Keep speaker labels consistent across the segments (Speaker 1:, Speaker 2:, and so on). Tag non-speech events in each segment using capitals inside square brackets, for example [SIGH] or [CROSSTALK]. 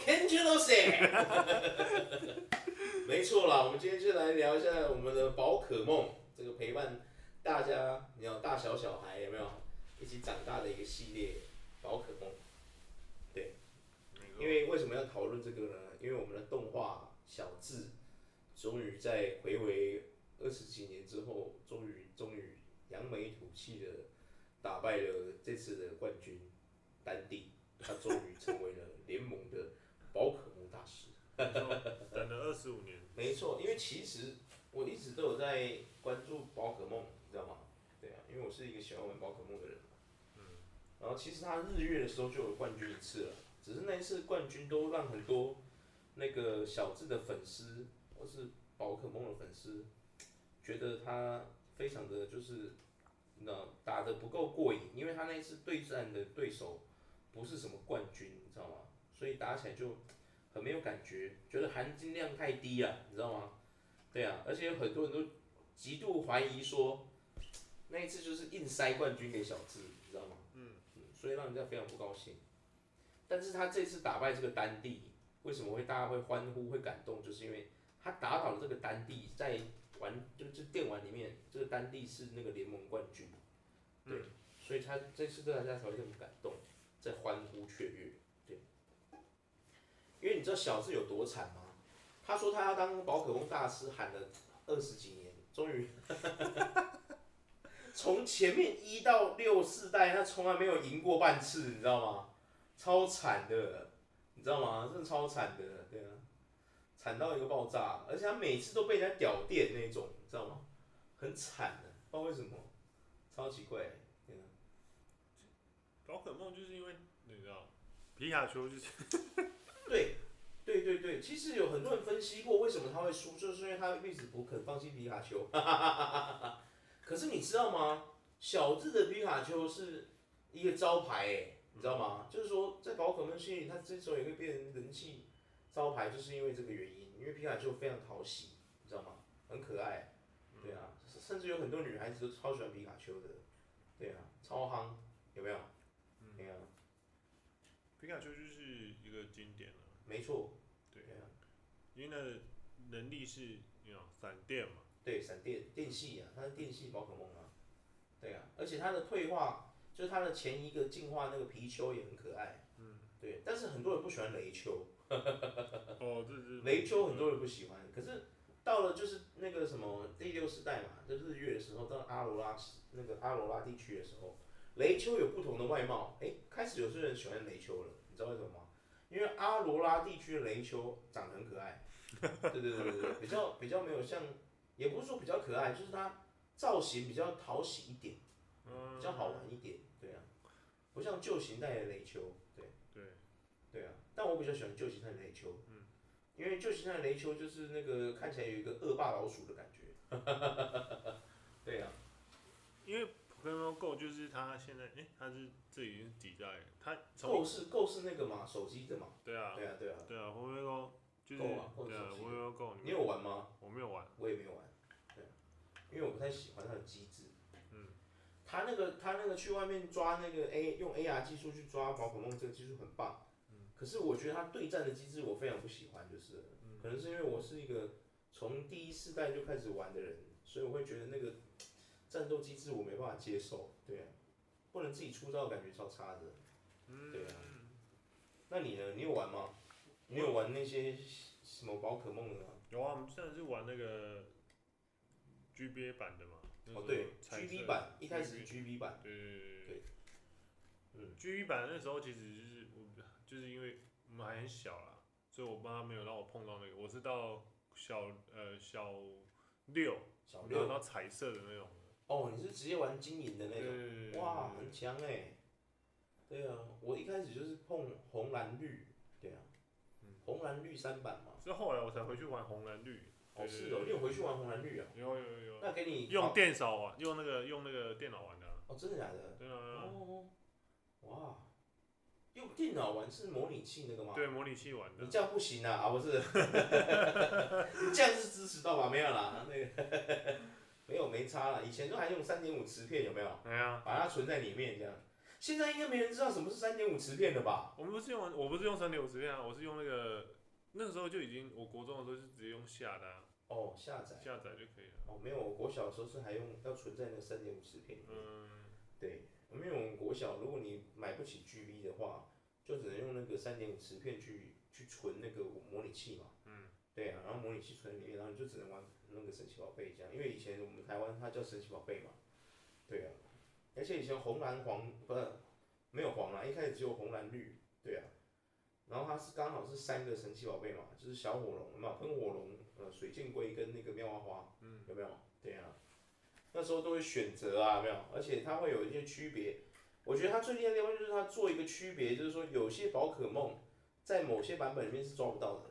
Speaker 1: 天都谁？没错啦，我们今天就来聊一下我们的宝可梦这个陪伴大家，你有大小小孩有没有一起长大的一个系列宝可梦？因为为什么要讨论这个呢？因为我们的动画小智终于在回违二十几年之后，终于终于扬眉吐气的打败了这次的冠军丹帝，他终于成为了联盟的宝可梦大师。
Speaker 2: 没错等了二十五年，
Speaker 1: 没错，因为其实我一直都有在关注宝可梦，你知道吗？对啊，因为我是一个喜欢玩宝可梦的人嘛。嗯。然后其实他日月的时候就有冠军一次了，只是那一次冠军都让很多那个小智的粉丝或是宝可梦的粉丝觉得他非常的就是，那打得不够过瘾，因为他那一次对战的对手不是什么冠军，你知道吗？所以打起来就很没有感觉，觉得含金量太低啊，你知道吗？对啊，而且有很多人都极度怀疑说，那一次就是硬塞冠军给小智，你知道吗？嗯所以让人家非常不高兴。但是他这次打败这个丹帝，为什么会大家会欢呼、会感动，就是因为他打倒了这个丹帝，在玩就是电玩里面，这个丹帝是那个联盟冠军，对，所以他这次对大家才会这么感动，在欢呼雀跃，对。因为你知道小智有多惨吗？他说他要当宝可梦大师，喊了二十几年，终于 [LAUGHS] 从前面一到六四代，他从来没有赢过半次，你知道吗？超惨的，你知道吗？真的超惨的，对啊，惨到一个爆炸，而且他每次都被人家屌电那种，你知道吗？很惨的，不知道为什么，超奇怪，对啊，
Speaker 2: 宝可梦就是因为你知道，皮卡丘就是 [LAUGHS]
Speaker 1: 对，对对对，其实有很多人分析过为什么他会输，就是因为他一直不肯放弃皮卡丘。 [LAUGHS] 可是你知道吗？小智的皮卡丘是一个招牌、欸，你知道吗？就是说，在宝可梦系列，它之所以会变成人气招牌，就是因为这个原因，因为皮卡丘非常讨喜，你知道吗？很可爱，对啊，甚至有很多女孩子都超喜欢皮卡丘的，对啊，超夯，有没有？对啊，
Speaker 2: 皮卡丘就是一个经典了、
Speaker 1: 没错，
Speaker 2: 对
Speaker 1: 对啊。
Speaker 2: 因为那个能力是你知道闪电嘛，
Speaker 1: 对，闪电电系啊，它是电系宝可梦啊，对啊，而且它的退化，就是它的前一个进化那个皮丘也很可爱，嗯，对，但是很多人不喜欢雷丘，
Speaker 2: [LAUGHS] 哦，这是
Speaker 1: 雷丘很多人不喜欢，可是到了就是那个什么第六世代嘛，就日月的时候，到阿罗拉时那个阿罗拉地区的时候，雷丘有不同的外貌，诶，开始有些人喜欢雷丘了，你知道为什么吗？因为阿罗拉地区的雷丘长得很可爱，对对对对对，比较比较没有像，也不是说比较可爱，就是它造型比较讨喜一点，比较好玩一点，对啊，不像旧型代的雷丘，对。
Speaker 2: 对，
Speaker 1: 对啊，但我比较喜欢旧形态的雷丘，嗯，因为旧形态的雷丘就是那个看起来有一个恶霸老鼠的感觉， [LAUGHS] 对啊，
Speaker 2: 因为 Pokemon Go 就是它现在，哎、它是这已经是几代了，它
Speaker 1: 够
Speaker 2: 从
Speaker 1: 是够是那个嘛，手机的嘛，
Speaker 2: 对啊
Speaker 1: 对啊对啊，
Speaker 2: 对啊 Pokemon Go 就是
Speaker 1: 够啊够
Speaker 2: 对啊
Speaker 1: 手机
Speaker 2: Pokemon Go 里
Speaker 1: 你
Speaker 2: 面
Speaker 1: 有玩吗？
Speaker 2: 我没有玩，
Speaker 1: 我也没有玩，对啊，因为我不太喜欢它的机制，嗯，他那个他那个去外面抓那个 A 用 AR 技术去抓宝可梦这个技术很棒，嗯，可是我觉得他对战的机制我非常不喜欢，就是了、可能是因为我是一个从第一世代就开始玩的人，所以我会觉得那个战斗机制我没办法接受，对啊，不能自己出招感觉超差的，对啊，那你呢？你有玩吗？你有玩那些什么宝可梦的吗？
Speaker 2: 有啊，我们现在是玩那个 GBA 版的嘛，
Speaker 1: 哦，对
Speaker 2: 彩色
Speaker 1: ，GB 版一开始是 GB 版。
Speaker 2: 对对对
Speaker 1: 对
Speaker 2: 对，嗯，G 一版那时候其实就是我，就是因为我们还很小啦，所以我妈没有让我碰到那个，我是到小呃小六，
Speaker 1: 小
Speaker 2: 我拿
Speaker 1: 六
Speaker 2: 到彩色的那种的，
Speaker 1: 哦，你是直接玩金银的那
Speaker 2: 对
Speaker 1: 种，
Speaker 2: 对对对，
Speaker 1: 哇，
Speaker 2: 对
Speaker 1: 很强哎、对啊，我一开始就是碰红蓝绿，对啊，
Speaker 2: 嗯
Speaker 1: 红蓝绿三版嘛。
Speaker 2: 是后来我才回去玩红蓝绿，
Speaker 1: 哦，
Speaker 2: 对
Speaker 1: 是哦，你有回去玩红蓝绿啊？
Speaker 2: 有有有有，
Speaker 1: 那给你
Speaker 2: 用
Speaker 1: 考
Speaker 2: 电脑玩，用那个用那个电脑玩的啊，
Speaker 1: 哦，真的假的？
Speaker 2: 对啊对啊，
Speaker 1: 哦，哇，用电脑玩是模拟器那个吗？
Speaker 2: 对模拟器玩的
Speaker 1: 你，这样不行啊！啊，不是， [LAUGHS] 你这样是支持到吧？没有啦，那个 [LAUGHS] 没有没差啦，以前都还用三点五磁片，有没有？
Speaker 2: 哎呀，
Speaker 1: 把它存在里面这样。现在应该没人知道什么是三点五磁片了吧？
Speaker 2: 我们不是用，我不是用三点五十片啊，我是用那个，那个时候就已经，我国中的时候就直接用下的、啊，
Speaker 1: 哦，下载。
Speaker 2: 下载就可以了。
Speaker 1: 哦，没有，我国小的时候是还用要存在那三点五磁片。
Speaker 2: 嗯，
Speaker 1: 对，因为我们国小，如果你买不起 GB 的话，就只能用那个三点五磁片去去存那个模拟器嘛。
Speaker 2: 嗯。
Speaker 1: 对啊，然后模拟器存里面，然后你就只能玩那个神奇宝贝这样，因为以前我们台湾它叫神奇宝贝嘛。对啊，而且以前红蓝黄不是没有黄啦，一开始只有红蓝绿。对啊，然后它是刚好是三个神奇宝贝嘛，就是小火龙有没有？喷火龙、呃水箭龟跟那个妙蛙花，
Speaker 2: 嗯，
Speaker 1: 有没有？对啊，那时候都会选择啊，有没有？而且它会有一些区别。我觉得它最厉害的地方就是它做一个区别，就是说有些宝可梦在某些版本里面是抓不到的，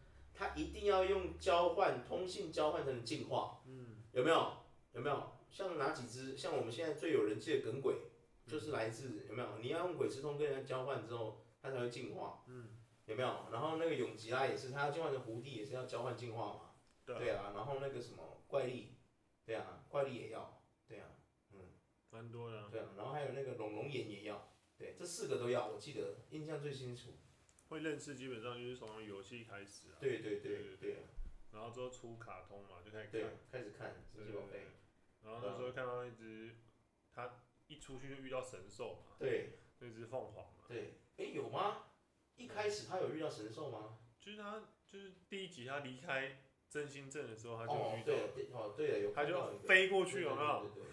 Speaker 1: 它一定要用交换通信交换才能进化，嗯，有没有？有没有？像哪几只？像我们现在最有人气的耿鬼，就是来自有没有？你要用鬼之通跟人家交换之后，它才会进化，嗯，有没有？然后那个永吉拉也是，它交换成胡地也是要交换进化嘛，
Speaker 2: 对啊
Speaker 1: 对啊，然后那个什么怪力，对啊，怪力也要，对啊，
Speaker 2: 蛮多的、啊。
Speaker 1: 对啊，然后还有那个龙龙眼也要，对，这四个都要，我记得印象最清楚。
Speaker 2: 会认识基本上就是从游戏开始啊，
Speaker 1: 对对
Speaker 2: 对
Speaker 1: 对对啊，
Speaker 2: 然后之后出卡通嘛，就开始看
Speaker 1: 对，，开始看神奇宝贝，
Speaker 2: 然后那时候看到一只，它一出去就遇到神兽嘛，
Speaker 1: 对
Speaker 2: 那只凤凰嘛，
Speaker 1: 对，哎有吗？一开始他有遇到神兽吗？
Speaker 2: 就是它就是第一集它离开真心镇的时候，它就
Speaker 1: 哦
Speaker 2: 遇到
Speaker 1: 对
Speaker 2: 了，
Speaker 1: 对哦对了，有
Speaker 2: 它
Speaker 1: 看到
Speaker 2: 就
Speaker 1: 一个
Speaker 2: 飞过去有没
Speaker 1: 对
Speaker 2: 有？
Speaker 1: 对对对，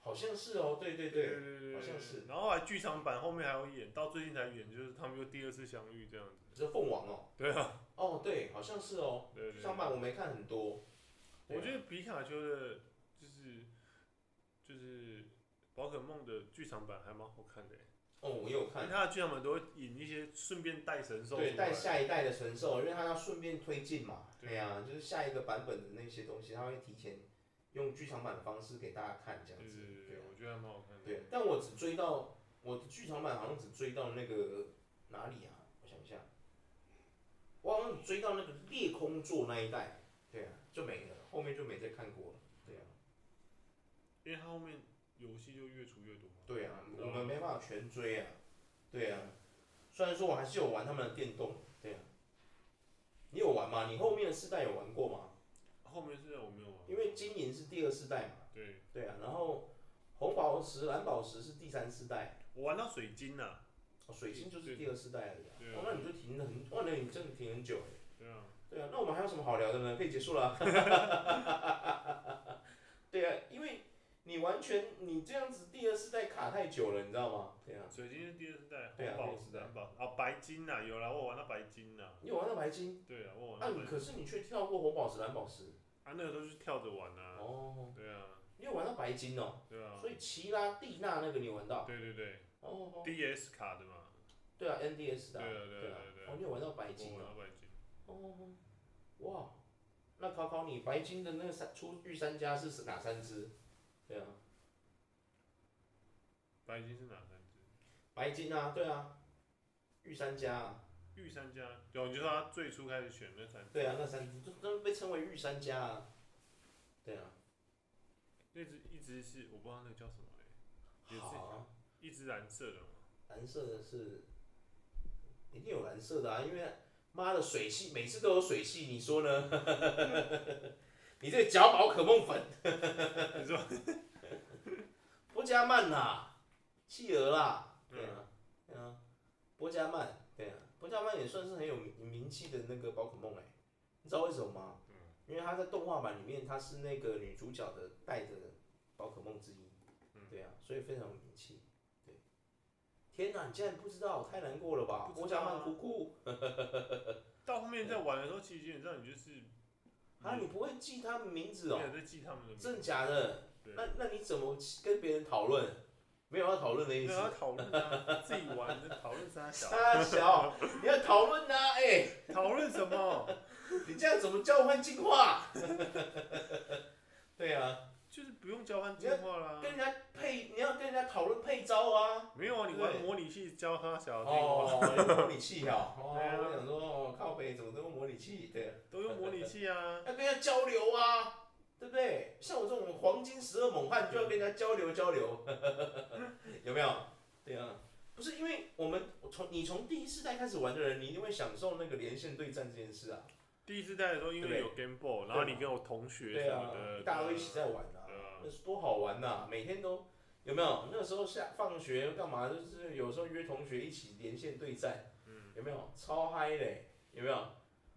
Speaker 1: 好像是哦，对对
Speaker 2: 对
Speaker 1: 对，
Speaker 2: 对对，
Speaker 1: 好像是
Speaker 2: 然后后来剧场版后面还有演，到最近才演，就是他们又第二次相遇这样子。
Speaker 1: 这凤凰哦，
Speaker 2: 对啊，
Speaker 1: 哦对，好像是哦，
Speaker 2: 对对
Speaker 1: 剧场版我没看很多，
Speaker 2: 我觉得皮卡丘的，就是就是宝可梦的剧场版还蛮好看的欸，
Speaker 1: 哦我有
Speaker 2: 因为
Speaker 1: 看。
Speaker 2: 它的剧场版都会引一些顺便带神兽出
Speaker 1: 对，带
Speaker 2: 来。
Speaker 1: 下一代的神兽，因为它要顺便推进嘛。
Speaker 2: 对
Speaker 1: 对呀、就是下一个版本的那些东西，它会提前用剧场版的方式给大家看，这
Speaker 2: 对对
Speaker 1: 样子。
Speaker 2: 对
Speaker 1: 对
Speaker 2: 对，
Speaker 1: 啊
Speaker 2: 我觉得还蛮好看的。
Speaker 1: 对，但我只追到我的剧场版好像只追到那个哪里啊？我想一下，我好像只追到那个裂空座那一代，对啊，就没了，后面就没再看过了。对啊，
Speaker 2: 因为它后面游戏就越出越多嘛。
Speaker 1: 对啊，
Speaker 2: 嗯
Speaker 1: 我们没办法全追啊。对啊，虽然说我还是有玩他们的电动，对啊。你有玩吗？你后面的世代有玩过吗？
Speaker 2: 后面是我没有玩。
Speaker 1: 因为金银是第二世代嘛，
Speaker 2: 对，
Speaker 1: 对啊，然后红宝石、蓝宝石是第三世代，
Speaker 2: 我玩到水晶啊了。
Speaker 1: 哦水晶就是第二世代而已、
Speaker 2: 对啊
Speaker 1: 啊。哦，那你就停了很，哇，那你真的停很久哎。
Speaker 2: 对啊，
Speaker 1: 对啊，那我们还有什么好聊的呢？可以结束了 [LAUGHS] 啊。对啊，因为你完全你这样子第二世代卡太久了，你知道吗？对啊，
Speaker 2: 水晶是第二世代，
Speaker 1: 对
Speaker 2: 红宝
Speaker 1: 啊第二世
Speaker 2: 石、
Speaker 1: 代
Speaker 2: 蓝宝石啊，白金呐，有啦，我有玩到白金呐。
Speaker 1: 你有玩到白金，
Speaker 2: 对啊，我有玩
Speaker 1: 啊，
Speaker 2: 到
Speaker 1: 你
Speaker 2: 白
Speaker 1: 可是你却跳过红宝石、蓝宝石。
Speaker 2: 啊，那个都是跳着玩啊。
Speaker 1: 哦，
Speaker 2: 对啊，
Speaker 1: 你有玩到白金哦，
Speaker 2: 对啊
Speaker 1: 所。以奇拉蒂娜那个你玩到？
Speaker 2: 对对对
Speaker 1: 哦，哦
Speaker 2: ，DS 卡的嘛。
Speaker 1: 对啊，NDS 的
Speaker 2: 对
Speaker 1: 啊，
Speaker 2: 啊对
Speaker 1: 对
Speaker 2: 啊
Speaker 1: 啊
Speaker 2: 对，
Speaker 1: 哦，
Speaker 2: 啊。
Speaker 1: 你有玩到白金
Speaker 2: 我
Speaker 1: 哦
Speaker 2: 玩。到白金。
Speaker 1: 哦，哇，那考考你，白金的那三出御三家是哪三只？对啊，
Speaker 2: 白金是哪三只？
Speaker 1: 白金啊，对啊，御三家、啊，
Speaker 2: 御三家，啊有你就说他最初开始选那三，
Speaker 1: 对啊，那三只都都被称为御三家啊。对啊，
Speaker 2: 那只一只是我不知道那个叫什么欸也是
Speaker 1: 好啊，
Speaker 2: 一只蓝色的嘛，
Speaker 1: 蓝色的是一定有蓝色的啊，因为妈的水系每次都有水系，你说呢？ [LAUGHS] 你这个假宝可梦粉，
Speaker 2: 你说
Speaker 1: 波加曼呐、企鹅啦，
Speaker 2: 嗯
Speaker 1: 对啊，对啊，波加曼，对啊，波加曼也算是很有名名气的那个宝可梦哎、你知道为什么吗？
Speaker 2: 嗯
Speaker 1: 因为它在动画版里面，它是那个女主角的带的宝可梦之一，
Speaker 2: 嗯
Speaker 1: 对啊，所以非常有名气。对，天哪，你竟然不知道，太难过了吧？
Speaker 2: 不
Speaker 1: 波
Speaker 2: 知道
Speaker 1: 加
Speaker 2: 啊
Speaker 1: 曼哭哭，
Speaker 2: 到后面在玩的时候，其实基本上你就是
Speaker 1: 啊，
Speaker 2: 没
Speaker 1: 你不会记他们名字
Speaker 2: 嗯有
Speaker 1: 哦
Speaker 2: 没？有在记他们的名字，
Speaker 1: 真的假的？
Speaker 2: 对
Speaker 1: 那那你怎么跟别人讨论？没没有要讨论的意
Speaker 2: 没有要
Speaker 1: 思。
Speaker 2: 讨论啊，自己玩的讨论啥小？
Speaker 1: 大小，你要讨论呐，哎、
Speaker 2: 讨论什么？
Speaker 1: 你这样怎么交换进化？ [LAUGHS] 对啊，
Speaker 2: 就是不用交换进化啦
Speaker 1: 跟。人家配，你要跟人家讨论配招啊。
Speaker 2: 没有啊，你玩
Speaker 1: 对
Speaker 2: 模拟器交叉小进化，
Speaker 1: 哦，用模拟器啊！
Speaker 2: 对
Speaker 1: 哦
Speaker 2: 啊，
Speaker 1: 我想说，哦，靠北怎么都用模拟器？对啊，
Speaker 2: 都用模拟器啊。
Speaker 1: 要跟人家交流啊，对不对？像我这种黄金十二猛汉，就要跟人家交流交流，有没有？对啊，不是因为我们我从你从第一世代开始玩的人，你一定会享受那个连线对战这件事啊。
Speaker 2: 第一次带的时候，因为
Speaker 1: 对
Speaker 2: 有 Game Boy，然后你跟我同学
Speaker 1: 对
Speaker 2: 什
Speaker 1: 啊
Speaker 2: 么的，，
Speaker 1: 大家都一起在玩啊
Speaker 2: 对啊，
Speaker 1: 那是多好玩呐、每天都有没有？那时候下放学干嘛？就是有时候约同学一起连线对战，
Speaker 2: 嗯
Speaker 1: 有没有？超嗨嘞，有没有？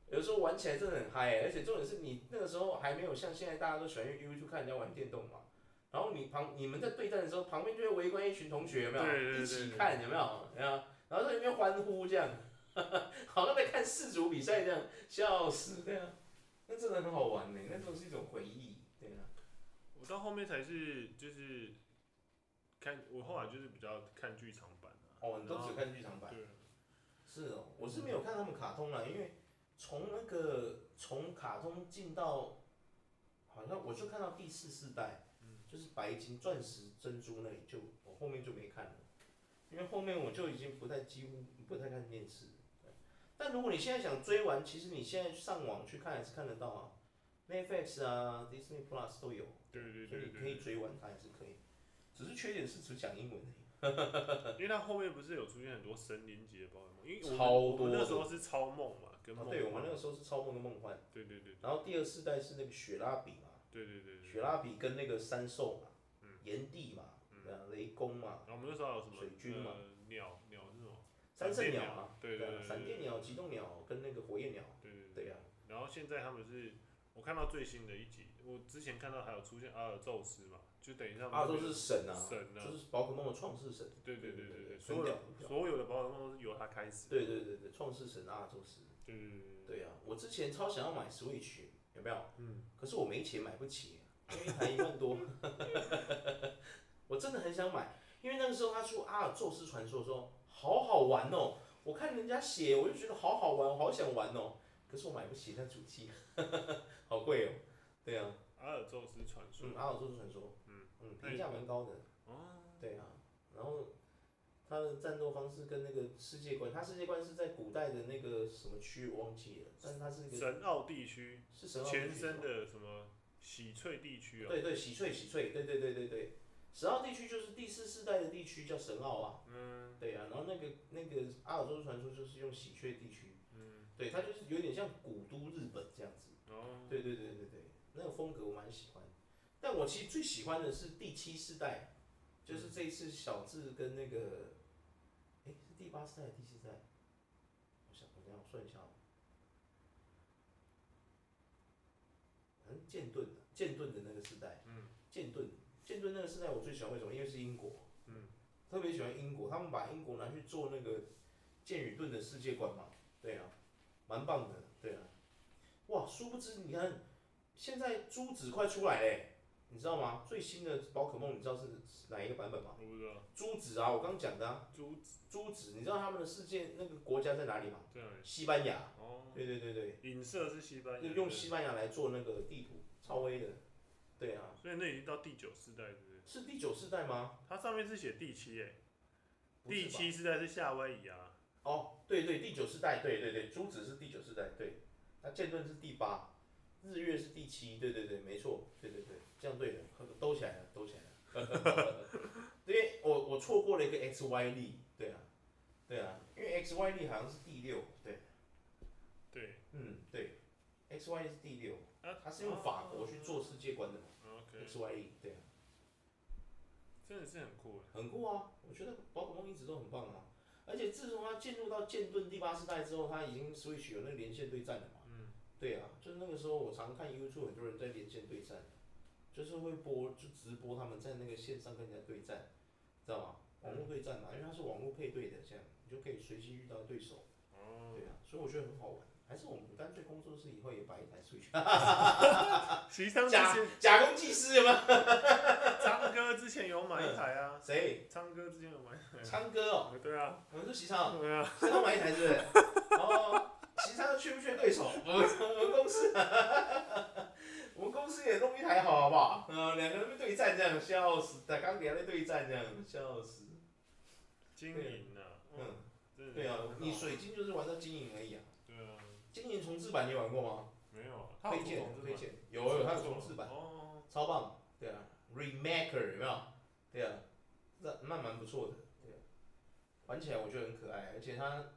Speaker 1: 有时候玩起来真的很嗨、欸，而且重点是你那个时候还没有像现在大家都喜欢用 YouTube 看人家玩电动嘛，然后你旁你们在对战的时候，旁边就会围观一群同学，有没有？
Speaker 2: 对对对
Speaker 1: 一起
Speaker 2: 对
Speaker 1: 看有没有？有没有？然后在那边欢呼这样， [LAUGHS] 好像在看世足比赛这样，笑死对啊，那真的很好玩呢、那都是一种回忆，对啊，
Speaker 2: 我到后面才是就是看，我后来就是比较看剧场版啊。
Speaker 1: 哦，你都只看剧场版，
Speaker 2: 对，
Speaker 1: 是哦，我是没有看他们卡通啦，因为从那个从卡通进到，好像我就看到第四世代，就是白金、钻石、珍珠那里就，我后面就没看了，因为后面我就已经不太几乎不太看电视。对但如果你现在想追完，其实你现在上网去看还是看得到啊，Netflix 啊、Disney Plus 都有，
Speaker 2: 对对对
Speaker 1: 所以你
Speaker 2: 对
Speaker 1: 可以追完它还是可以，只是缺点是只讲英文而已。
Speaker 2: 因为它后面不是有出现很多神灵级的宝可梦，因为我们
Speaker 1: 超多
Speaker 2: 我
Speaker 1: 的
Speaker 2: 们那时候是超梦嘛，跟
Speaker 1: 啊
Speaker 2: 梦、，
Speaker 1: 对，我们那个时候是超梦的梦幻，
Speaker 2: 对对对
Speaker 1: 然后第二世代是那个雪拉比嘛，
Speaker 2: 对对对对。
Speaker 1: 雪拉比跟那个三兽嘛，炎帝嘛，对啊，雷公嘛，
Speaker 2: 然后我们那时候还有什么
Speaker 1: 水军嘛
Speaker 2: 呃、鸟鸟是什么？
Speaker 1: 三圣鸟
Speaker 2: 嘛
Speaker 1: 嘛，，
Speaker 2: 对对
Speaker 1: 啊
Speaker 2: 对，
Speaker 1: 闪电鸟、极冻鸟跟那个火焰鸟，
Speaker 2: 对对对。
Speaker 1: 对呀，啊
Speaker 2: 然后现在他们是，我看到最新的一集，我之前看到还有出现阿尔宙斯嘛，就等于他们
Speaker 1: 阿都是神啊，
Speaker 2: 神啊
Speaker 1: 就是宝可梦的创世神，
Speaker 2: 对对对
Speaker 1: 对
Speaker 2: 对
Speaker 1: 对
Speaker 2: 对，
Speaker 1: 对
Speaker 2: 所
Speaker 1: 很
Speaker 2: 有
Speaker 1: 屌
Speaker 2: 的
Speaker 1: 很屌
Speaker 2: 所有的宝可梦都是由他开始的。
Speaker 1: 对对对对，创世神阿宙斯，
Speaker 2: 对对对对
Speaker 1: 对啊，我之前超想要买 Switch，有没有？
Speaker 2: 嗯，
Speaker 1: 可是我没钱买不起，因为一台一万多。 [LAUGHS] 我真的很想买，因为那个时候他出《阿尔宙斯传说》的时候，好好玩哦！我看人家写，我就觉得好好玩，我好想玩哦。可是我买不起那主机， [LAUGHS] 好贵哦。对啊，
Speaker 2: 阿尔宙斯传说
Speaker 1: 嗯，《阿尔宙斯传说》嗯嗯，评价蛮高的。
Speaker 2: 哦，
Speaker 1: 对啊，然后他的战斗方式跟那个世界观，他世界观是在古代的那个什么区我忘记了，但是它是一个
Speaker 2: 神奥地区
Speaker 1: 是神奥地区
Speaker 2: 前
Speaker 1: 吗
Speaker 2: 身的什么喜翠地区啊？
Speaker 1: 对对，喜翠喜翠，对对对对对，神奥地区就是第四世代的地区叫神奥啊，
Speaker 2: 嗯，
Speaker 1: 对啊，然后那个那个阿尔宙斯传说就是用喜鹊地区，嗯，对，它就是有点像古都日本这样子，
Speaker 2: 哦，
Speaker 1: 对对对对对，那个风格我蛮喜欢，但我其实最喜欢的是第七世代，就是这一次小智跟那个，哎、是第八世代还是第七世代？我想我等一下我算一下哦，反正剑盾啊剑盾的那个世代，嗯，剑盾剑盾那个世代我最喜欢为什么？因为是英国，
Speaker 2: 嗯，
Speaker 1: 特别喜欢英国，他们把英国拿去做那个剑与盾的世界观嘛，对啊，蛮棒的，对啊。哇，殊不知你看，现在珠子快出来嘞，你知道吗？最新的宝可梦，你知道是哪一个版本吗？
Speaker 2: 我不知道，
Speaker 1: 珠子啊，我刚讲的、啊，
Speaker 2: 珠子
Speaker 1: 珠子，你知道他们的世界那个国家在哪里吗？
Speaker 2: 在哪里？
Speaker 1: 西班牙。
Speaker 2: 哦，
Speaker 1: 对对对对，
Speaker 2: 影射是西班牙，
Speaker 1: 用西班牙来做那个地图，超威的。对啊，
Speaker 2: 所以那已经到第九世代，是不是？
Speaker 1: 是第九世代吗？
Speaker 2: 它上面是写第七诶，
Speaker 1: 不是吧
Speaker 2: 第七世代是夏威夷啊，
Speaker 1: 哦，对对，第九世代，对对对，朱子是第九世代，对，那剑盾是第八，日月是第七，对对对，没错，对对对，这样对的，兜起来了， [LAUGHS] 兜起来了，因为我我错过了一个 X Y 力，对啊，对啊，因为 X Y 力好像是第六，对，
Speaker 2: 对
Speaker 1: 嗯对，X Y 是第六，
Speaker 2: 啊
Speaker 1: 它是用法国去做世界观的嘛
Speaker 2: 哦，OK，
Speaker 1: ，X Y 力，对啊。
Speaker 2: 真的是很酷诶，
Speaker 1: 很酷啊！我觉得宝可梦一直都很棒啊，而且自从它进入到剑盾第八世代之后，它已经 Switch 有那个连线对战了嘛。嗯。对啊，就是那个时候我常看 YouTube 很多人在连线对战，就是会播就直播他们在那个线上跟人家对战，知道吗？网络对战嘛，因为它是网络配对的，这样你就可以随机遇到对手。
Speaker 2: 哦，
Speaker 1: 对啊，所以我觉得很好玩，还是我们干脆工作室以后也摆一台 Switch，
Speaker 2: 其实张
Speaker 1: 假
Speaker 2: 之前
Speaker 1: [LAUGHS] 假公济私有没有？
Speaker 2: 张哥之前有买一台啊，
Speaker 1: 谁？
Speaker 2: 张哥之前有买一台
Speaker 1: 昌哥哦，
Speaker 2: 啊，对啊，
Speaker 1: 我们说齐昌，
Speaker 2: 对啊，
Speaker 1: 谁都买一台是不是？哦，齐昌缺不缺
Speaker 2: [LAUGHS]
Speaker 1: 对手？我们我们公司， [LAUGHS] 我们公司也弄一台好好不好？嗯、两个人对战这样，笑死！打钢铁在对战这样，笑死。
Speaker 2: 经营啊，
Speaker 1: 嗯，
Speaker 2: 嗯，
Speaker 1: 对啊，你
Speaker 2: 睡
Speaker 1: 水晶就是玩到经营而已啊。
Speaker 2: 对啊，
Speaker 1: 经营重置版你玩过吗？
Speaker 2: 没有啊，他有
Speaker 1: 推
Speaker 2: 做
Speaker 1: 荐
Speaker 2: 重置
Speaker 1: 推
Speaker 2: 版，
Speaker 1: 荐，有有它有重置版。
Speaker 2: 哦，
Speaker 1: 超棒，对啊，Remaker 有没有？对啊，那那蛮不错的，对啊，玩起来我觉得很可爱，而且它，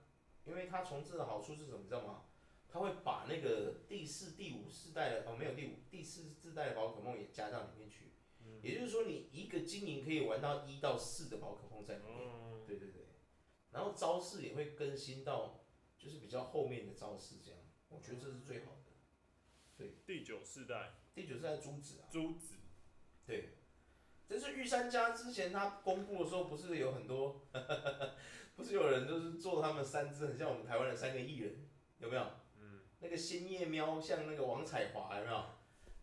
Speaker 1: 因为它重置的好处是什么，你知道吗？它会把那个第四、第五世代的哦，没有第五、第四世代的宝可梦也加到里面去，
Speaker 2: 嗯，
Speaker 1: 也就是说你一个经营可以玩到一到四的宝可梦在里面，
Speaker 2: 哦，
Speaker 1: 对对对，然后招式也会更新到就是比较后面的招式这样，我觉得这是最好的。
Speaker 2: 第九世代
Speaker 1: 第九世代珠子啊，
Speaker 2: 朱子，
Speaker 1: 对，但是御三家之前他公布的时候，不是有很多， [LAUGHS] 不是有人就是做他们三只很像我们台湾的三个艺人，有没有？
Speaker 2: 嗯，
Speaker 1: 那个鲜叶喵像那个王彩华，有没有？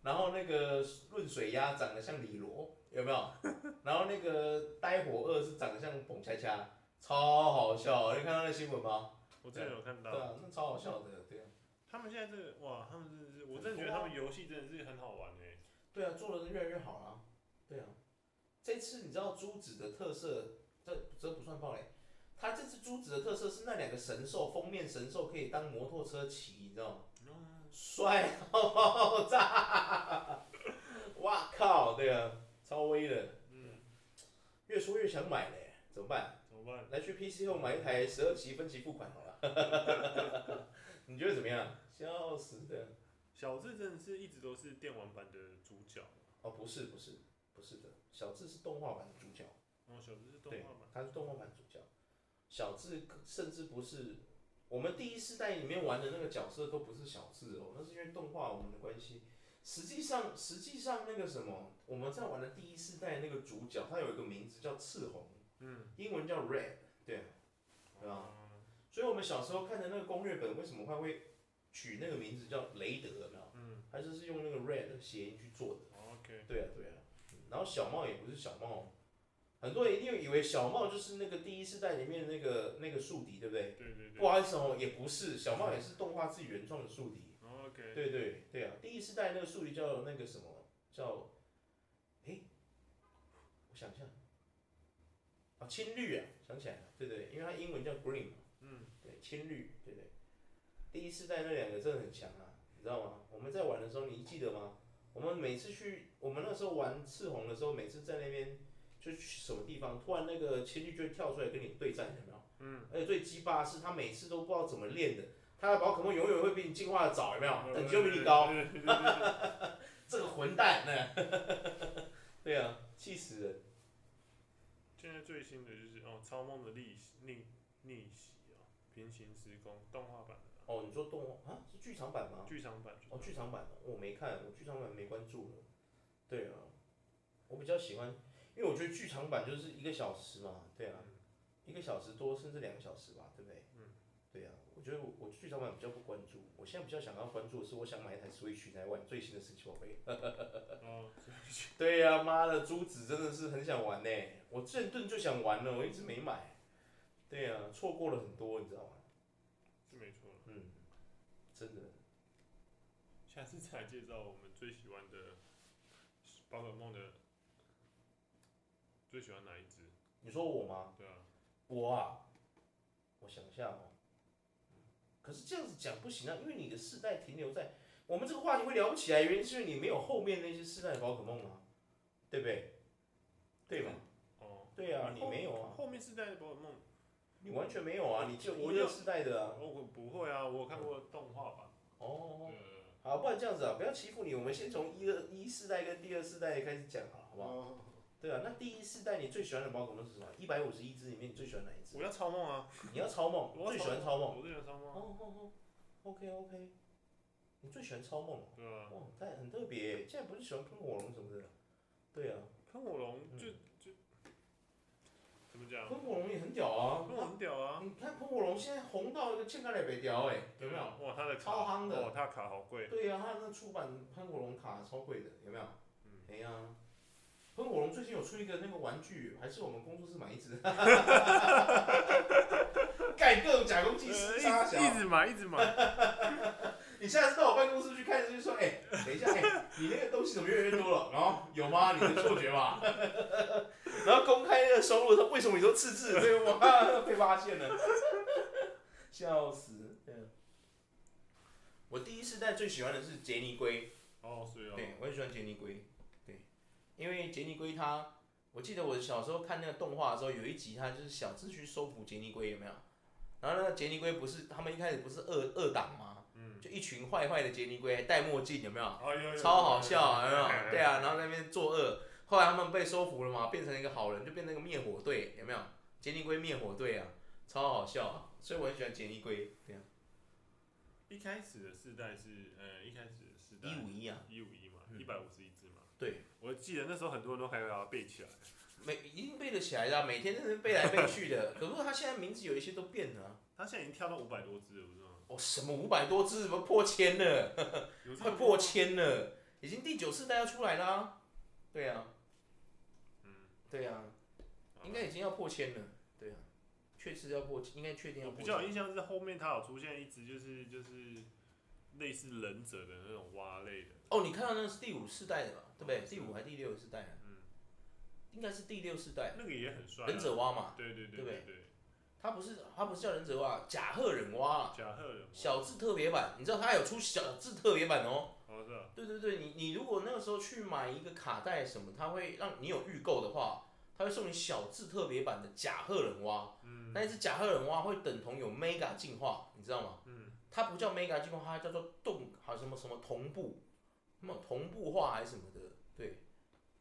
Speaker 1: 然后那个润水鸭长得像李罗，有没有？ [LAUGHS] 然后那个呆火二是长得像蹦恰恰，超好笑，你看到那新闻吗？
Speaker 2: 我之前有看
Speaker 1: 对
Speaker 2: 到，
Speaker 1: 啊，那超好笑的，对啊，
Speaker 2: 他们现在这个哇，他们真的是，我真的觉得他们游戏真的是很好玩哎，
Speaker 1: 对啊，做的越来越好啦，对啊。这次你知道珠子的特色这这不算暴雷。它这次珠子的特色是那两个神兽，封面神兽可以当摩托车骑，你知道吗？
Speaker 2: 嗯
Speaker 1: 帅到爆炸！ [LAUGHS] 哇靠，对啊，超威的，
Speaker 2: 嗯，
Speaker 1: 越说越想买嘞，怎么办？
Speaker 2: 怎么办？
Speaker 1: 来去 PC 后买一台十二期分期付款好了。 [LAUGHS] 你觉得怎么样？笑死啊的！
Speaker 2: 小智真的是一直都是电玩版的主角，
Speaker 1: 哦，不是不是不是的，小智是动画版的主角。
Speaker 2: 然哦后小智是动
Speaker 1: 对
Speaker 2: 画版，，
Speaker 1: 他是动画版主角。小智甚至不是我们第一世代里面玩的那个角色都不是小智哦，那是因为动画我们的关系。实际上，实际上那个什么，我们在玩的第一世代那个主角，他有一个名字叫赤红，
Speaker 2: 嗯，
Speaker 1: 英文叫 Red，对啊。对
Speaker 2: 啊，
Speaker 1: 所以我们小时候看的那个攻略本，为什么他会取那个名字叫雷德？有没有？
Speaker 2: 嗯
Speaker 1: 他就是用那个 Red 的谐音去做的。
Speaker 2: 哦，OK，
Speaker 1: 对啊，对啊。然后小茂也不是小茂，很多人一定以为小茂就是那个第一世代里面那个那个宿敌，对不对？
Speaker 2: 对对对
Speaker 1: 不好意思哦，也不是，小茂也是动画自己原创的宿敌。
Speaker 2: ，OK，
Speaker 1: 对对对啊，第一世代那个宿敌叫那个什么叫，诶，我想一下，啊，青绿啊，想起来了，对对，因为它英文叫 green 嘛，
Speaker 2: 嗯，
Speaker 1: 对，青绿，对对。第一世代那两个真的很强啊，你知道吗？我们在玩的时候，你记得吗？我们每次去，我们那时候玩赤红的时候，每次在那边就去什么地方，突然那个青绿就会跳出来跟你对战，有没有？
Speaker 2: 嗯。
Speaker 1: 而且最鸡巴的是，他每次都不知道怎么练的，他的宝可梦永远会比你进化的早，有没有？等级又比你高，
Speaker 2: 嗯对对对对对
Speaker 1: 这个混蛋呢？ [LAUGHS] 对啊，气死人！
Speaker 2: 现在最新的就是哦，《超梦的逆逆逆袭》啊，平行时空动画版的
Speaker 1: 哦，你说动画啊？是剧场版吗
Speaker 2: 啦，？剧场版。
Speaker 1: 哦，剧场版我没看，我剧场版没关注了。对啊，我比较喜欢，因为我觉得剧场版就是一个小时嘛，对啊，一个小时多甚至两个小时吧，对不对？嗯。对啊，我觉得我我剧场版比较不关注，我现在比较想要关注的是，我想买一台 Switch 来玩最新的神奇宝贝。 [LAUGHS]
Speaker 2: 哦，
Speaker 1: 对呀、妈的，珠子真的是很想玩呢、我这顿就想玩了，我一直没买。对呀、错过了很多，你知道吗？
Speaker 2: 是没错了。
Speaker 1: 嗯，真的。
Speaker 2: 下次再来介绍我们最喜欢的宝可梦的，最喜欢哪一只？
Speaker 1: 你说我吗？
Speaker 2: 对啊，
Speaker 1: 我啊，我想一下哦。可是这样子讲不行啊，因为你的世代停留在我们这个话题会聊不起来，原因是因为你没有后面那些世代的宝可梦啊，对不对？对吧？
Speaker 2: 哦，
Speaker 1: 对啊，你
Speaker 2: 后
Speaker 1: 没有啊，
Speaker 2: 后面世代的宝可梦，
Speaker 1: 你完全没有啊，你就
Speaker 2: 我
Speaker 1: 一
Speaker 2: 有
Speaker 1: 个世代的啊。
Speaker 2: 我我不会啊，我有看过动画版。
Speaker 1: 哦哦。哦
Speaker 2: 对
Speaker 1: 好，不然这样子啊，不要欺负你，我们先从一二一世代跟第二世代开始讲好了，好不好？
Speaker 2: 哦，
Speaker 1: 对啊，那第一世代你最喜欢的宝可梦是什么？一百五十一只里面你最喜欢哪一只？
Speaker 2: 我要超梦啊！
Speaker 1: 你要超梦，
Speaker 2: 我要
Speaker 1: 最喜欢超梦。
Speaker 2: 我最喜欢超
Speaker 1: 哦
Speaker 2: 梦啊。
Speaker 1: 哦哦，OK OK，你最喜欢超梦哦，
Speaker 2: 对啊，
Speaker 1: 哇，但很特别耶，现在不是喜欢喷火龙什么的，对啊，
Speaker 2: 喷火龙就就怎么讲？
Speaker 1: 喷火龙也很屌啊
Speaker 2: 跟，我很屌啊，
Speaker 1: 你看喷火龙现在红到一个欠干脸北屌哎、有没有？？
Speaker 2: 哇，他的卡哦
Speaker 1: 超夯的
Speaker 2: 哇，他的卡好贵，
Speaker 1: 对呀、啊，他那出版喷火龙卡超贵的，有没有？
Speaker 2: 嗯，
Speaker 1: 哎呀、喷火龙最近有出一个那个玩具，还是我们工作室买一
Speaker 2: [LAUGHS]
Speaker 1: 只，盖各种假公济
Speaker 2: 呃
Speaker 1: 私，
Speaker 2: 一
Speaker 1: 傻
Speaker 2: 直一
Speaker 1: 小。
Speaker 2: 直买，一直
Speaker 1: [LAUGHS]
Speaker 2: 买，
Speaker 1: 你下次到我办公室去看，就说，哎、等一下，哎、你那个东西怎么越来越多了？然后有吗？你的错觉吧。 [LAUGHS] 然后公开那个收入，他为什么你都赤字？这个哇， [LAUGHS] 被发现了，笑死。嗯我第一世代最喜欢的是杰尼龟，
Speaker 2: 哦，所以哦，
Speaker 1: 对，我很喜欢杰尼龟。对，因为杰尼龟它，我记得我小时候看那个动画的时候，有一集它就是小智去收服杰尼龟，有没有？然后那个杰尼龟不是他们一开始不是二二档吗？
Speaker 2: 嗯，
Speaker 1: 就一群坏坏的杰尼龟，还戴墨镜，有没有？
Speaker 2: 哦有有有
Speaker 1: 超好笑，
Speaker 2: 有 [LAUGHS]
Speaker 1: 有没
Speaker 2: 有有哎
Speaker 1: 有？对啊，然后在那边作恶，后来他们被收服了嘛，变成一个好人，就变成一个灭火队，有没有？杰尼龟灭火队啊，超好笑啊！所以我很喜欢杰尼龟，对啊，
Speaker 2: 一开始的世代是，呃，一开始的世代
Speaker 1: 一五一啊，
Speaker 2: 一五一嘛，
Speaker 1: 嗯
Speaker 2: 一百五十一只嘛。
Speaker 1: 对，
Speaker 2: 我记得那时候很多人都还把它背起来。
Speaker 1: 每一定背得起来的啊、每天都是背来背去的。 [LAUGHS] 可是他现在名字有一些都变了啊、
Speaker 2: 它现在已经跳到五百多只了，不是吗？
Speaker 1: 哦，什么五百多只，怎么破千了？
Speaker 2: 有这
Speaker 1: 快
Speaker 2: 么多
Speaker 1: 破
Speaker 2: 吗，
Speaker 1: 千了，已经第九世代要出来啦、对啊，
Speaker 2: 嗯，
Speaker 1: 对啊，
Speaker 2: 好吧
Speaker 1: 应该已经要破千了。对啊，确实要破千，应该确定要
Speaker 2: 我
Speaker 1: 破
Speaker 2: 比较有
Speaker 1: 千。
Speaker 2: 印象是后面它有出现一只，就是就是类似忍者的那种蛙类的，
Speaker 1: 哦，你看到那是第五世代的吧？对不
Speaker 2: 哦
Speaker 1: 对？
Speaker 2: 是
Speaker 1: 第五还是第六世代啊？
Speaker 2: 嗯，
Speaker 1: 应该是第六世代。
Speaker 2: 那个也很帅、啊。
Speaker 1: 忍者蛙嘛，
Speaker 2: 对，对对
Speaker 1: 对不
Speaker 2: 对
Speaker 1: 对
Speaker 2: 对，
Speaker 1: 它不是它不是叫忍者蛙，甲贺忍蛙啊，
Speaker 2: 甲贺人蛙，
Speaker 1: 小智特别版，你知道它有出小智特别版哦。
Speaker 2: 哦是啊，
Speaker 1: 对对对，你你如果那个时候去买一个卡带什么，它会让你有预购的话，它会送你小智特别版的甲贺忍蛙。
Speaker 2: 嗯
Speaker 1: 那一只甲贺忍蛙会等同有 Mega 进化，你知道吗？
Speaker 2: 嗯，
Speaker 1: 它不叫 Mega 进化，它叫做动，好像什么什么同步，什么同步化还是什么的，对，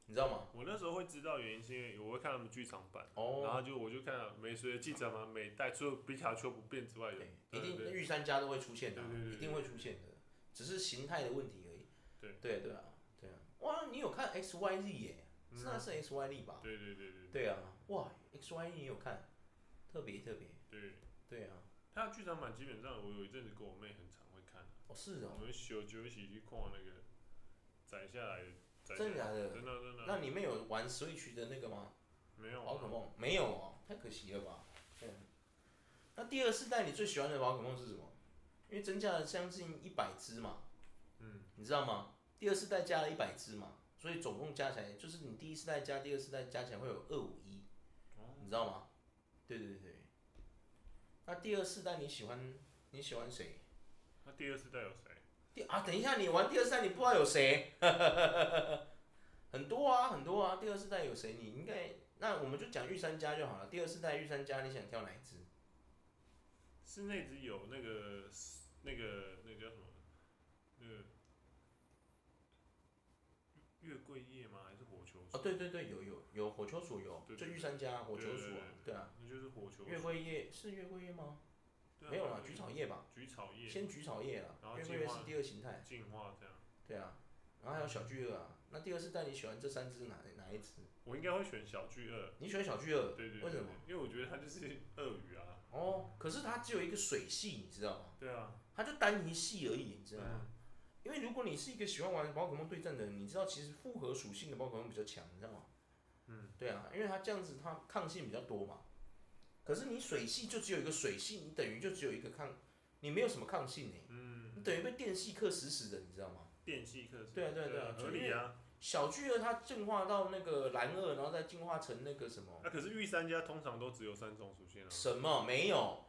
Speaker 1: 你知道吗？
Speaker 2: 我那时候会知道原因是因为我会看他们剧场版。然
Speaker 1: 哦，
Speaker 2: 后就我就看了美随着记者嘛，每代除了皮卡丘不变之外的对
Speaker 1: 对，，
Speaker 2: 对
Speaker 1: 一定
Speaker 2: 对
Speaker 1: 御三家都会出现的啊，
Speaker 2: 对对对对
Speaker 1: 一定会出现的，只是形态的问题而已。
Speaker 2: 对
Speaker 1: 对对啊，对啊，哇，你有看 X Y Z 耶？
Speaker 2: 嗯
Speaker 1: 是那是 X Y Z 吧？
Speaker 2: 对对对对
Speaker 1: 对啊，哇，X Y 你有看，特别特别，
Speaker 2: 对，
Speaker 1: 对啊，
Speaker 2: 他的剧场版基本上我有一阵子跟我妹很常会看，
Speaker 1: 哦是
Speaker 2: 我
Speaker 1: 哦，
Speaker 2: 们小就一起去逛那个摘下来的，摘下
Speaker 1: 真的
Speaker 2: 来
Speaker 1: 假的？
Speaker 2: 真的真的
Speaker 1: 那你们有玩 Switch 的那个吗？
Speaker 2: 没有
Speaker 1: 宝可
Speaker 2: 啊？
Speaker 1: 梦没有哦，太可惜了吧？对啊。那第二世代你最喜欢的宝可梦是什么？因为增加了将近一百只嘛，
Speaker 2: 嗯，
Speaker 1: 你知道吗？第二世代加了一百只嘛，所以总共加起来就是你第一世代加第二世代加起来会有二五一，你知道吗？对对对对。那第二世代你喜欢你喜欢谁？
Speaker 2: 那第二世代有谁？
Speaker 1: 第啊，等一下，你玩第二世代你不知道有谁， [LAUGHS] 很多啊，很多啊。第二世代有谁？你应该那我们就讲御三家就好了。第二世代御三家，你想挑哪一只？
Speaker 2: 是那只有那个那个那个叫什么？那个月桂叶吗？还是火球？
Speaker 1: 哦，对，对对，有有有火球鼠有
Speaker 2: 对，
Speaker 1: 就
Speaker 2: 对
Speaker 1: 御三家火球
Speaker 2: 对对
Speaker 1: 鼠啊，对啊。
Speaker 2: 那就是火球。
Speaker 1: 月桂叶是月桂叶吗？
Speaker 2: 对啊
Speaker 1: 没有啦，菊草，叶吧，
Speaker 2: 菊草叶
Speaker 1: 先菊草叶啦
Speaker 2: 嗯然，后
Speaker 1: 月
Speaker 2: 进
Speaker 1: 桂叶
Speaker 2: 化
Speaker 1: 是第二形态，
Speaker 2: 进化这样。
Speaker 1: 对啊。然后还有小巨鳄啊，那第二世代你喜欢这三只哪哪一只？
Speaker 2: 我应该会选小巨鳄，
Speaker 1: 你喜欢小巨鳄
Speaker 2: 对对对，
Speaker 1: 为什么
Speaker 2: 对？因为我觉得它就是鳄鱼啊，
Speaker 1: 哦，可是它只有一个水系，你知道吗？
Speaker 2: 对啊，
Speaker 1: 它就单一系而已，你知道吗？
Speaker 2: 嗯
Speaker 1: 因为如果你是一个喜欢玩宝可梦对战的人，你知道其实复合属性的宝可梦比较强，你知道吗？
Speaker 2: 嗯，
Speaker 1: 对啊，因为它这样子它抗性比较多嘛。可是你水系就只有一个水系，你等于就只有一个抗，你没有什么抗性呢、欸
Speaker 2: 嗯，
Speaker 1: 你等于被电系克死死的，你知道吗？
Speaker 2: 电系克斯，
Speaker 1: 对啊对啊对啊
Speaker 2: 啊，
Speaker 1: 就
Speaker 2: 合
Speaker 1: 因
Speaker 2: 理
Speaker 1: 为
Speaker 2: 啊。
Speaker 1: 小巨鳄它进化到那个蓝鳄，然后再进化成那个什么
Speaker 2: 那啊可是御三家通常都只有三种属性啊，
Speaker 1: 什么没有？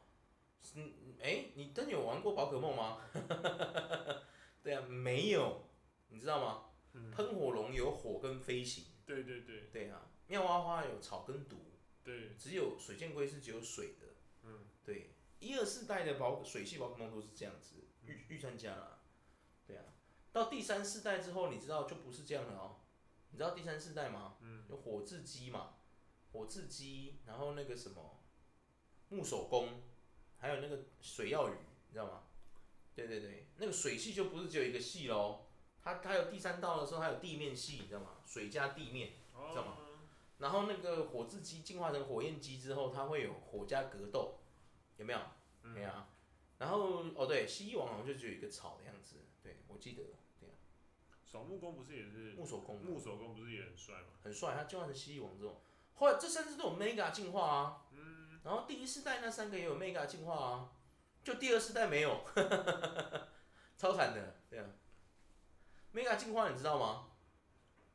Speaker 1: 嗯，哎，你真的有玩过宝可梦吗？ [LAUGHS] 对啊，没有，你知道吗？
Speaker 2: 嗯，
Speaker 1: 喷火龙有火跟飞行。
Speaker 2: 对对对
Speaker 1: 对啊，妙蛙花有草跟毒，
Speaker 2: 对，
Speaker 1: 只有水箭龟是只有水的。
Speaker 2: 嗯，
Speaker 1: 对，一二四代的宝水系宝可梦都是这样子，
Speaker 2: 嗯
Speaker 1: 预预算家啦。对啊，到第三世代之后，你知道就不是这样了哦。你知道第三世代吗？
Speaker 2: 嗯，
Speaker 1: 有火字鸡嘛，火字鸡，然后那个什么木手工，还有那个水曜鱼，你知道吗？对对对，那个水系就不是只有一个系喽，它它有第三道的时候，还有地面系，你知道吗？水加地面。
Speaker 2: 哦
Speaker 1: 知道吗然后那个火字鸡进化成火焰鸡之后，它会有火加格斗，有没有？对啊。然后哦对，蜥蜴王好像就只有一个草的样子，对我记得，对啊，
Speaker 2: 扫木工不是也是
Speaker 1: 木手工
Speaker 2: 木手工不是也很帅吗？
Speaker 1: 很帅，他进化成蜥蜴王之后，后来这三只都有 mega 进化啊，嗯，然后第一世代那三个也有 mega 进化啊，就第二世代没有， [LAUGHS] 超惨的，对啊，mega 进化你知道吗？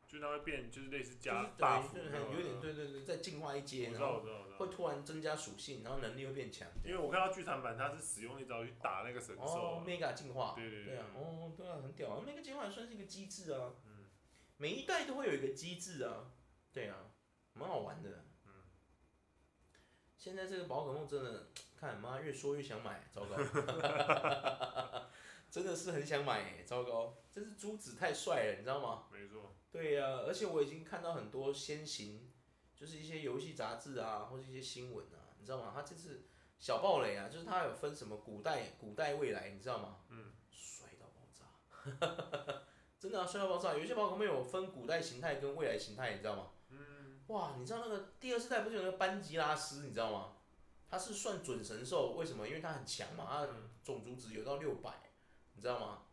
Speaker 2: 就是他会变，就是类似
Speaker 1: 就
Speaker 2: 加
Speaker 1: 是
Speaker 2: buff，
Speaker 1: 对，
Speaker 2: 那种
Speaker 1: 有点对对对，再进化一
Speaker 2: 嗯我
Speaker 1: 阶，
Speaker 2: 知
Speaker 1: 然
Speaker 2: 道
Speaker 1: 后
Speaker 2: 我知道我知道。
Speaker 1: 会突然增加属性，然后能力会变强，
Speaker 2: 因为我看到剧场版，他是使用一招去打那个神兽
Speaker 1: 哦
Speaker 2: 啊，
Speaker 1: ，mega 进化，
Speaker 2: 对对对
Speaker 1: 对啊，哦，对啊，很屌啊，mega 进化也算是一个机制啊，
Speaker 2: 嗯
Speaker 1: 每一代都会有一个机制啊，对啊，蛮好玩的，嗯，现在这个宝可梦真的，看妈越说越想买，糟糕， [LAUGHS] 真的是很想买、糟糕，这是朱子太帅了，你知道吗？
Speaker 2: 没错，
Speaker 1: 对呀、而且我已经看到很多先行，就是一些游戏杂志啊，或是一些新闻啊，你知道吗？他这次小暴雷啊，就是他有分什么古代、古代未来，你知道吗？
Speaker 2: 嗯，
Speaker 1: 帅到爆炸， [LAUGHS] 真的啊，帅到爆炸！有一些宝可梦有分古代形态跟未来形态，你知道吗？嗯，哇，你知道那个第二世代不是有那个班吉拉斯，你知道吗？他是算准神兽，为什么？因为他很强嘛，他的种族值有到六百，你知道吗？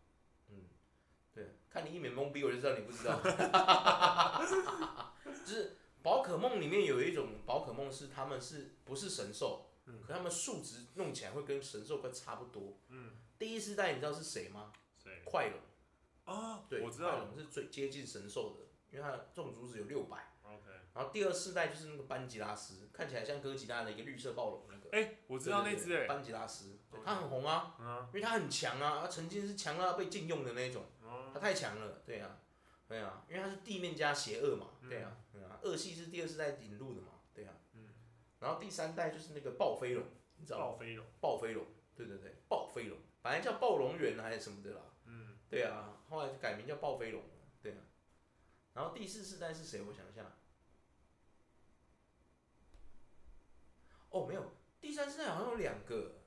Speaker 1: 嗯，对，看你一脸懵逼，我就知道你不知道。就是宝可梦里面有一种宝可梦是他们是不是神兽，可他们数值弄起来会跟神兽快差不多。
Speaker 2: 嗯，
Speaker 1: 第一世代你知道是谁吗？
Speaker 2: 谁
Speaker 1: 快龙，
Speaker 2: 啊？
Speaker 1: 对，
Speaker 2: 我知
Speaker 1: 快
Speaker 2: 道
Speaker 1: 龙是最接近神兽的，因为它的种族值有六百。
Speaker 2: ，OK。
Speaker 1: 然后第二世代就是那个班吉拉斯，看起来像哥吉拉的一个绿色暴龙那个。
Speaker 2: 哎，我知道那只
Speaker 1: 对对对
Speaker 2: 哎，
Speaker 1: 班吉拉斯，对它很红啊，
Speaker 2: 嗯啊
Speaker 1: 因为它很强啊，它曾经是强到被禁用的那种，
Speaker 2: 哦
Speaker 1: 它太强了，对啊，对啊，因为它是地面加邪恶嘛，
Speaker 2: 嗯
Speaker 1: 对啊，对啊，恶系是第二世代引入的嘛，对啊，然后第三代就是那个暴飞龙，你知道吗？
Speaker 2: 暴飞龙，
Speaker 1: 暴飞龙，对对对，暴飞龙，本来叫暴龙园还是什么的啦，
Speaker 2: 嗯，
Speaker 1: 对啊，后来就改名叫暴飞龙了，对啊，然后第四世代是谁？我想一下，哦，没有，第三世代好像有两个，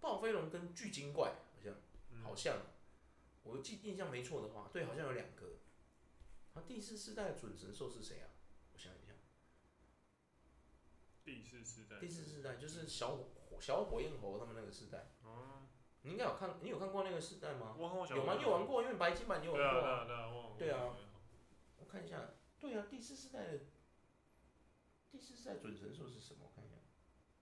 Speaker 1: 暴飞龙跟巨精怪好像，好像，我记印象没错的话，对，好像有两个。然后第四世代的准神兽是谁啊？我想一下，
Speaker 2: 第四世代，
Speaker 1: 第四世代就是小火小火焰猴他们那个世代，
Speaker 2: 哦，
Speaker 1: 你应该有看，你有看过那个世代吗？
Speaker 2: 我好想
Speaker 1: 有吗？你有玩过？因为白金版你有玩
Speaker 2: 对啊
Speaker 1: 过
Speaker 2: 对啊对啊，我有
Speaker 1: 对啊
Speaker 2: 我有
Speaker 1: 我看一下，对啊，第四世代的第四世代准神兽是什么？我看一下，